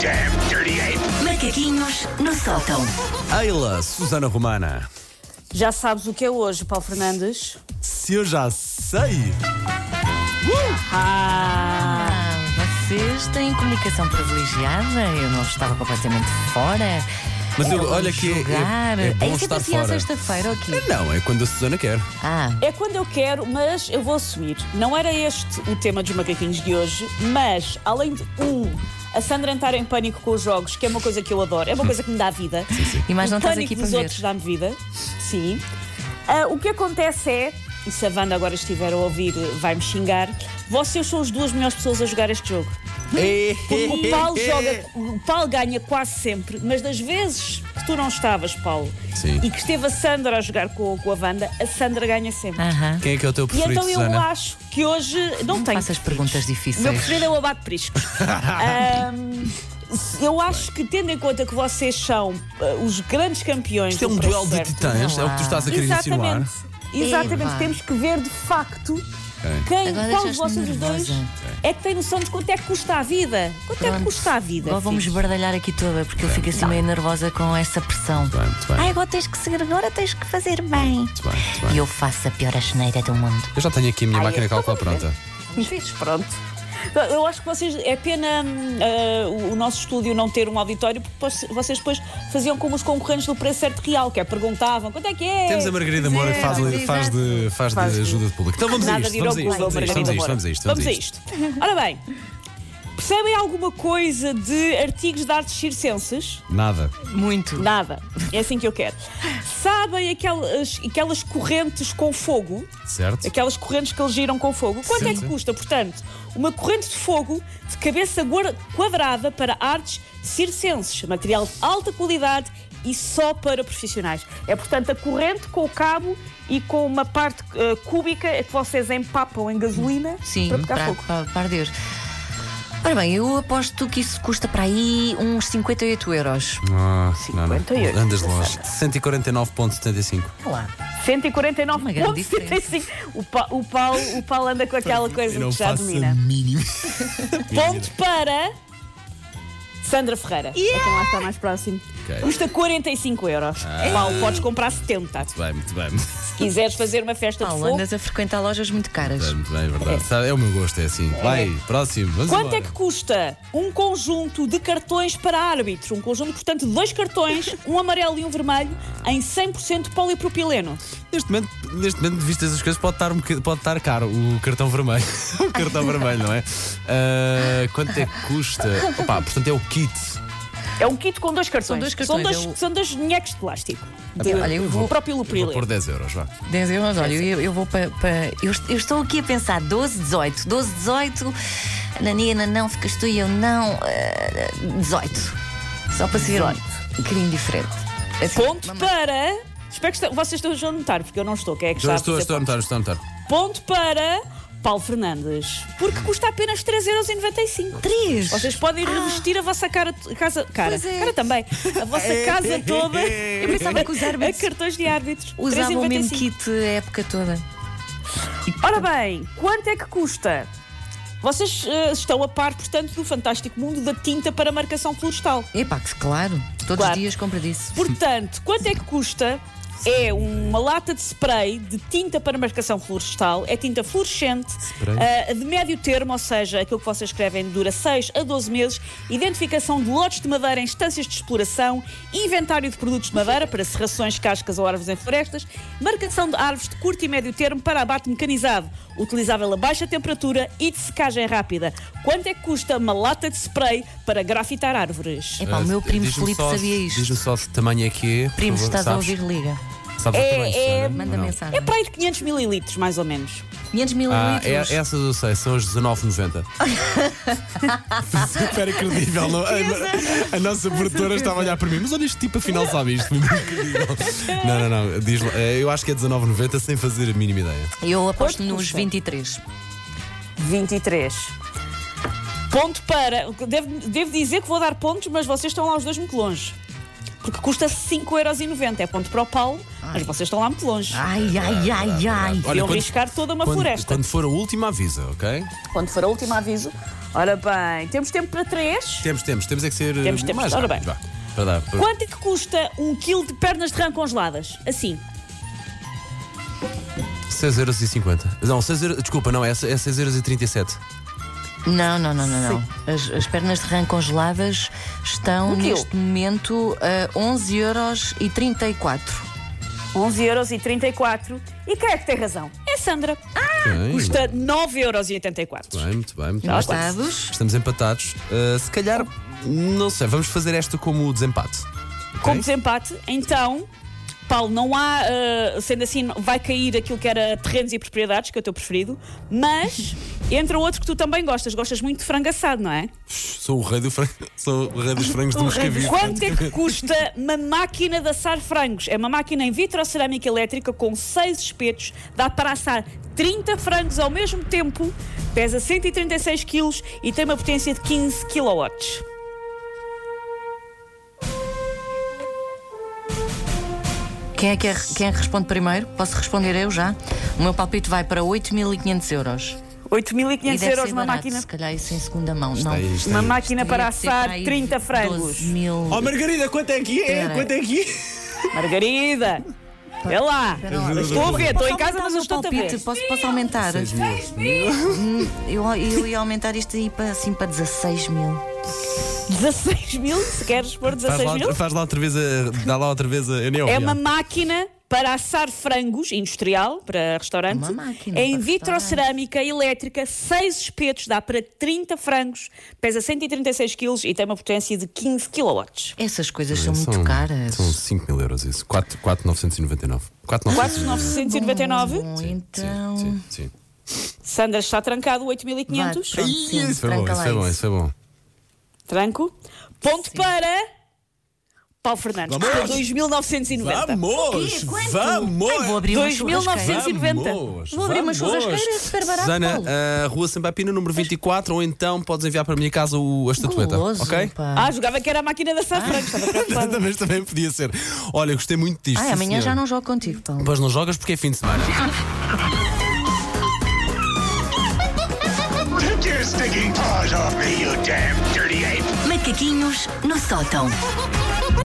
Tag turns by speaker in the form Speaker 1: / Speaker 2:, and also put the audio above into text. Speaker 1: damn dirty ape!
Speaker 2: Macaquinhos no sótão.
Speaker 3: Ayla, Susana Romana.
Speaker 4: Já sabes o que é hoje, Paulo Fernandes?
Speaker 3: Se eu já sei.
Speaker 5: Ah, vocês têm comunicação privilegiada? Eu não estava completamente fora.
Speaker 3: Mas eu-
Speaker 5: Então
Speaker 3: olha
Speaker 5: vamos
Speaker 3: que é-
Speaker 5: jogar.
Speaker 3: é- é bom
Speaker 5: Isso
Speaker 3: estar
Speaker 5: para ti à
Speaker 3: fora.
Speaker 5: sexta-feira ou aqui?
Speaker 3: Não, é quando a Susana quer.
Speaker 5: Ah,
Speaker 4: É quando eu quero, mas eu vou assumir. Não era este o tema dos macaquinhos de hoje, mas além de um, a Sandra entrar em pânico com os jogos, que é uma coisa que eu adoro, é uma coisa que me dá vida.
Speaker 5: e mais não
Speaker 4: o
Speaker 5: estás
Speaker 4: pânico
Speaker 5: aqui para
Speaker 4: dos
Speaker 5: ver.
Speaker 4: outros dá-me vida. Sim. Ah, o que acontece é, e se a Wanda agora estiver a ouvir, vai-me xingar, vocês são as duas melhores pessoas a jogar este jogo. O
Speaker 3: é,
Speaker 4: Paulo joga, o Paulo ganha quase sempre, mas das vezes que tu não estavas, Paulo,
Speaker 3: Sim.
Speaker 4: e que esteve a Sandra a jogar com, com a Wanda, a Sandra ganha sempre.
Speaker 5: Aham.
Speaker 3: Quem é que é o teu
Speaker 4: e
Speaker 3: preferido,
Speaker 4: então eu
Speaker 3: Susana?
Speaker 4: acho que hoje não,
Speaker 5: Ah. Não
Speaker 4: tem.
Speaker 5: faças perguntas
Speaker 4: O meu
Speaker 5: difíceis.
Speaker 4: preferido é o abate prisco. Ahm, eu acho que tendo em conta que vocês são ah, os grandes campeões
Speaker 3: Isto é
Speaker 4: do
Speaker 3: um
Speaker 4: preço
Speaker 3: duelo de
Speaker 4: certo,
Speaker 3: titãs, é o que tu estás a querer insinuar.
Speaker 4: Exatamente. Exatamente.
Speaker 5: Epá.
Speaker 4: Temos que ver de facto quem,
Speaker 5: Agora
Speaker 4: qual de
Speaker 5: deixaste-me
Speaker 4: vocês os dois
Speaker 5: nervosa.
Speaker 4: é que tem noção de quanto é que custa a vida. Quanto é que
Speaker 5: Pronto.
Speaker 4: custa a vida?
Speaker 5: Agora vamos
Speaker 4: filhos?
Speaker 5: bardalhar aqui toda, porque eu fico assim meio nervosa com essa pressão.
Speaker 3: Muito bem, muito bem,
Speaker 5: Ai, agora tens que seguir, agora tens que fazer bem.
Speaker 3: muito bem, muito bem.
Speaker 5: E
Speaker 3: Eu...
Speaker 5: eu faço a pior asneira do mundo.
Speaker 3: já tenho aqui a minha
Speaker 4: Ai,
Speaker 3: máquina de
Speaker 4: eu-
Speaker 3: cálculo pronta.
Speaker 4: Fiz, pronto. Eu acho que vocês. É pena hum, ah, o- o nosso estúdio não ter um auditório, porque depois- vocês depois faziam como os concorrentes do preço certo real, que é perguntavam quanto é que é.
Speaker 3: Temos a Margarida Moura que faz,
Speaker 5: exato.
Speaker 3: faz de, faz de
Speaker 4: Faz de-
Speaker 3: ajuda de público. Então vamos a
Speaker 4: Nada
Speaker 3: isto,
Speaker 4: de ir ao
Speaker 3: vamos a isto,
Speaker 4: Google,
Speaker 3: vamos a isto,
Speaker 4: Margarida
Speaker 3: vamos a isto,
Speaker 4: Moura.
Speaker 3: vamos a isto. Vamos a isto.
Speaker 4: Vamos a isto. Ora bem, percebem alguma coisa de artigos de artes circenses?
Speaker 3: Nada.
Speaker 5: Muito.
Speaker 4: Nada. É assim que eu quero. Sabem aquelas, aquelas correntes com fogo?
Speaker 3: Certo?
Speaker 4: Aquelas correntes que eles giram com fogo. Quanto é
Speaker 3: Sim.
Speaker 4: que custa, portanto, uma corrente de fogo de cabeça guar- quadrada para artes circenses? Material de alta qualidade e só para profissionais. É, portanto, a corrente com o cabo e com uma parte eh, cúbica que vocês empapam em gasolina
Speaker 5: Sim,
Speaker 4: para pegar fogo.
Speaker 5: para, para Deus. Ora bem, eu aposto que isso custa para aí uns 58 euros.
Speaker 3: Ah, não, não.
Speaker 4: 58,
Speaker 3: Andas longe. 149,75.
Speaker 5: Olha lá. Uma grande
Speaker 4: 149,75. O, pa, o, Paulo, o Paulo anda com aquela coisa que já domina.
Speaker 3: mínimo.
Speaker 4: Ponto para Sandra Ferreira. É quem lá está mais próximo.
Speaker 3: Ok. Ah.
Speaker 4: Custa 45 euros. Paulo, podes comprar 70.
Speaker 3: Muito bem, muito bem. Muito
Speaker 4: Se quiseres fazer uma festa de
Speaker 5: Paulo,
Speaker 4: fogo.
Speaker 5: andas a frequentar lojas muito caras.
Speaker 3: bem, muito bem, é verdade. Sabe, É o meu gosto, é assim. Vai, próximo. Vamos
Speaker 4: Quanto
Speaker 3: embora.
Speaker 4: é que custa um conjunto de cartões para árbitro? Um conjunto, portanto, de dois cartões, um amarelo e um vermelho, em 100% polipropileno.
Speaker 3: Neste momento, neste momento, vistas as coisas, pode estar, um bocad- pode estar caro o cartão vermelho. o cartão vermelho, não é? Ah, quanto é que custa? Opa, portanto, é o kit.
Speaker 4: É um kit com dois cartões.
Speaker 5: São dois cartões,
Speaker 4: São
Speaker 5: é o-
Speaker 4: dois, são dois nheques de plástico.
Speaker 5: Olha, eu vou-
Speaker 4: O próprio
Speaker 3: Vou pôr
Speaker 4: luprileno.
Speaker 3: 10 euros, vá.
Speaker 5: 10 euros, olha, eu, eu vou para. para- eu, est- eu estou aqui a pensar 12, 18. 12, 18. Naniana, não, ficas tu e eu não. eh, 18. Só para ser um bocadinho diferente. Assim,
Speaker 4: Ponto para... Espero que esta- vocês estejam a notar, porque eu não estou. Quem é que
Speaker 3: Já
Speaker 4: está
Speaker 3: estou,
Speaker 4: a fazer
Speaker 3: estou a notar, estou a notar.
Speaker 4: Ponto para Paulo Fernandes. Porque custa apenas 3,95€.
Speaker 5: 3.
Speaker 4: Vocês podem revestir a vossa cara, t- casa, cara,
Speaker 5: Ah. Pois é.
Speaker 4: cara também, a vossa casa toda
Speaker 5: Eu pensava que os
Speaker 4: a
Speaker 5: árbitros
Speaker 4: cartões de árbitros.
Speaker 5: usavam o mesmo
Speaker 4: 3,95.
Speaker 5: kit a época toda.
Speaker 4: Ora bem, quanto é que custa? Vocês eh, estão a par, portanto, do fantástico mundo da tinta para marcação florestal.
Speaker 5: Epá, que claro. Todos
Speaker 4: Claro.
Speaker 5: os dias compra disso.
Speaker 4: Portanto, quanto é que custa? É uma lata de spray de tinta para marcação florestal, é tinta fluorescente, ah, de médio termo, ou seja, aquilo que vocês escrevem dura 6 a 12 meses, identificação de lotes de madeira em instâncias de exploração, inventário de produtos de madeira para serrações, cascas ou árvores em florestas, marcação de árvores de curto e médio termo para abate mecanizado, utilizável a baixa temperatura e de secagem rápida. Quanto é que custa uma lata de spray para grafitar árvores?
Speaker 5: Epá, o meu
Speaker 3: Ah,
Speaker 5: primo
Speaker 3: diz-me
Speaker 5: Filipe
Speaker 3: só se-
Speaker 5: sabia isto.
Speaker 3: Diz-me só se tamanho é que é. por
Speaker 5: Primo,
Speaker 3: favor,
Speaker 5: estás a
Speaker 3: sabes?
Speaker 5: ouvir, liga.
Speaker 3: Sabes o
Speaker 4: É-
Speaker 3: tamanho,
Speaker 4: é-
Speaker 3: Susana?
Speaker 5: Manda
Speaker 3: Ou não?
Speaker 5: mensagem.
Speaker 4: É para aí de 500 mililitros, mais ou menos.
Speaker 5: 500 mil
Speaker 3: Ah, é,
Speaker 5: litros.
Speaker 3: essas eu sei, são as 19,90. Super credível. Não? A, a- a nossa produtora estava a olhar para mim, mas olha, este tipo afinal sabe isto. Incrível. Não, não, não. Diz, eh, eu acho que é 19,90 sem fazer a mínima ideia.
Speaker 5: Eu aposto
Speaker 4: Quanto
Speaker 5: nos
Speaker 4: custa?
Speaker 5: 23.
Speaker 4: 23. Ponto para. Devo, devo dizer que vou dar pontos, mas vocês estão lá os dois muito longe. porque custa 5,90€. É ponto para o Paulo, mas vocês estão lá muito longe.
Speaker 5: Ai, ai, ai, ai.
Speaker 3: Olha,
Speaker 4: Iam
Speaker 3: quando-
Speaker 4: riscar toda uma
Speaker 3: Quando-
Speaker 4: floresta.
Speaker 3: Quando for a última, avisa, ok?
Speaker 4: Quando for o último aviso. Ora bem, temos tempo para três.
Speaker 3: Temos, temos, temos é que ser. eh,
Speaker 4: Temos, temos,
Speaker 3: mais
Speaker 4: ora
Speaker 3: rápido,
Speaker 4: bem.
Speaker 3: vá, Para dar. para-
Speaker 4: Quanto é que custa um quilo de pernas de rã congeladas? Assim.
Speaker 3: 6,50€. Não, 6 euros, desculpa, não, é, é 6,37€.
Speaker 5: Não, não, não, não. não. As, as pernas de rã congeladas estão
Speaker 4: Um quilo.
Speaker 5: neste momento a 11 euros e 34.
Speaker 4: 11,34€. E quem é que tem razão? É a Sandra.
Speaker 3: Bem,
Speaker 4: Custa 9,84€.
Speaker 3: Bem, muito bem, muito bem.
Speaker 5: Gostados?
Speaker 3: Estamos empatados. Uh, se calhar, não sei, vamos fazer esta como o desempate. ok?
Speaker 4: Como desempate, então, Paulo, não há. ah, sendo assim, vai cair aquilo que era terrenos e propriedades, que é o teu preferido, mas entra outro que tu também gostas. Gostas muito de frango assado, não é?
Speaker 3: Sou o rei, do frango, sou o rei dos frangos de Moscavide.
Speaker 4: Quanto é que custa uma máquina de assar frangos? É uma máquina em vitrocerâmica elétrica com seis espetos, dá para assar 30 frangos ao mesmo tempo, pesa 136 quilos e tem uma potência de 15 quilowatts.
Speaker 5: Quem é que é- quem é que responde primeiro? Posso responder eu já? O meu palpite vai para 8.500 euros.
Speaker 4: 8.500
Speaker 5: deve
Speaker 4: euros
Speaker 5: ser
Speaker 4: uma
Speaker 5: barato,
Speaker 4: máquina,
Speaker 5: Se calhar isso em segunda mão.
Speaker 3: Está
Speaker 5: não.
Speaker 3: aí, está
Speaker 4: uma
Speaker 3: aí.
Speaker 4: máquina para assar 30 frangos.
Speaker 5: 12 mil.
Speaker 3: Oh, Margarida, quanto é que é?
Speaker 5: Espera.
Speaker 3: Quanto é que é?
Speaker 4: Margarida! É lá!
Speaker 5: lá.
Speaker 4: Estou a ver, estou
Speaker 5: Posso
Speaker 4: em casa,
Speaker 5: aumentar o
Speaker 4: mas
Speaker 5: meu
Speaker 4: eu estou a
Speaker 5: um palpite?
Speaker 4: ver.
Speaker 5: Posso, posso aumentar? Hum, Eu, eu ia aumentar isto aí para, assim, para 16 mil.
Speaker 4: 16 mil, se queres pôr
Speaker 3: Faz
Speaker 4: 16 mil?
Speaker 3: lá, faz lá outra vez a. Dá lá outra vez a. Eu nem
Speaker 4: É
Speaker 3: ouvi.
Speaker 4: uma máquina para assar frangos, industrial, para restaurante.
Speaker 5: É Uma máquina
Speaker 4: Em
Speaker 5: para
Speaker 4: vitrocerâmica elétrica, 6 espetos, dá para 30 frangos, pesa 136 quilos e tem uma potência de 15 kW.
Speaker 5: Essas coisas são muito caras.
Speaker 3: São 5 mil euros isso. 4,999. 4,999.
Speaker 4: 4,999.
Speaker 5: Bom, então.
Speaker 3: Sim, sim.
Speaker 4: Sandra está trancado,
Speaker 5: Vá,
Speaker 4: 8.500.
Speaker 5: pronto,
Speaker 3: Ih,
Speaker 5: sim,
Speaker 3: Isso foi bom,
Speaker 5: tranca
Speaker 3: isso
Speaker 5: lá
Speaker 3: foi bom,
Speaker 5: isso.
Speaker 3: isso foi bom.
Speaker 4: Tranco. Ponto para Paulo Fernandes.
Speaker 3: Vamos!
Speaker 4: Para 2.990.
Speaker 3: Vamos!
Speaker 5: Quê? Quanto?
Speaker 3: Vamos!
Speaker 5: Ai, vou abrir uma churrasqueira.
Speaker 4: 2.990.
Speaker 3: Vamos,
Speaker 5: Vou abrir uma
Speaker 3: vamos.
Speaker 5: churrasqueira super barata,
Speaker 3: Susana,
Speaker 5: Paulo.
Speaker 3: a Rua Sembapina, número 24, ou então podes enviar para a minha casa o- a estatueta.
Speaker 5: Guloso,
Speaker 3: ok?
Speaker 5: pá.
Speaker 4: Ah, jogava que era a máquina da Safranco. Estava
Speaker 5: Ah.
Speaker 4: preocupada.
Speaker 3: Mas também podia ser. Olha, eu gostei muito disto.
Speaker 5: Ai,
Speaker 3: sim,
Speaker 5: amanhã já
Speaker 3: senhora.
Speaker 5: não jogo contigo, Paulo.
Speaker 3: Pois não jogas porque é fim de semana.
Speaker 1: Take your stinking paws off me, you damn dirty ape!
Speaker 2: Macaquinhos no sótão.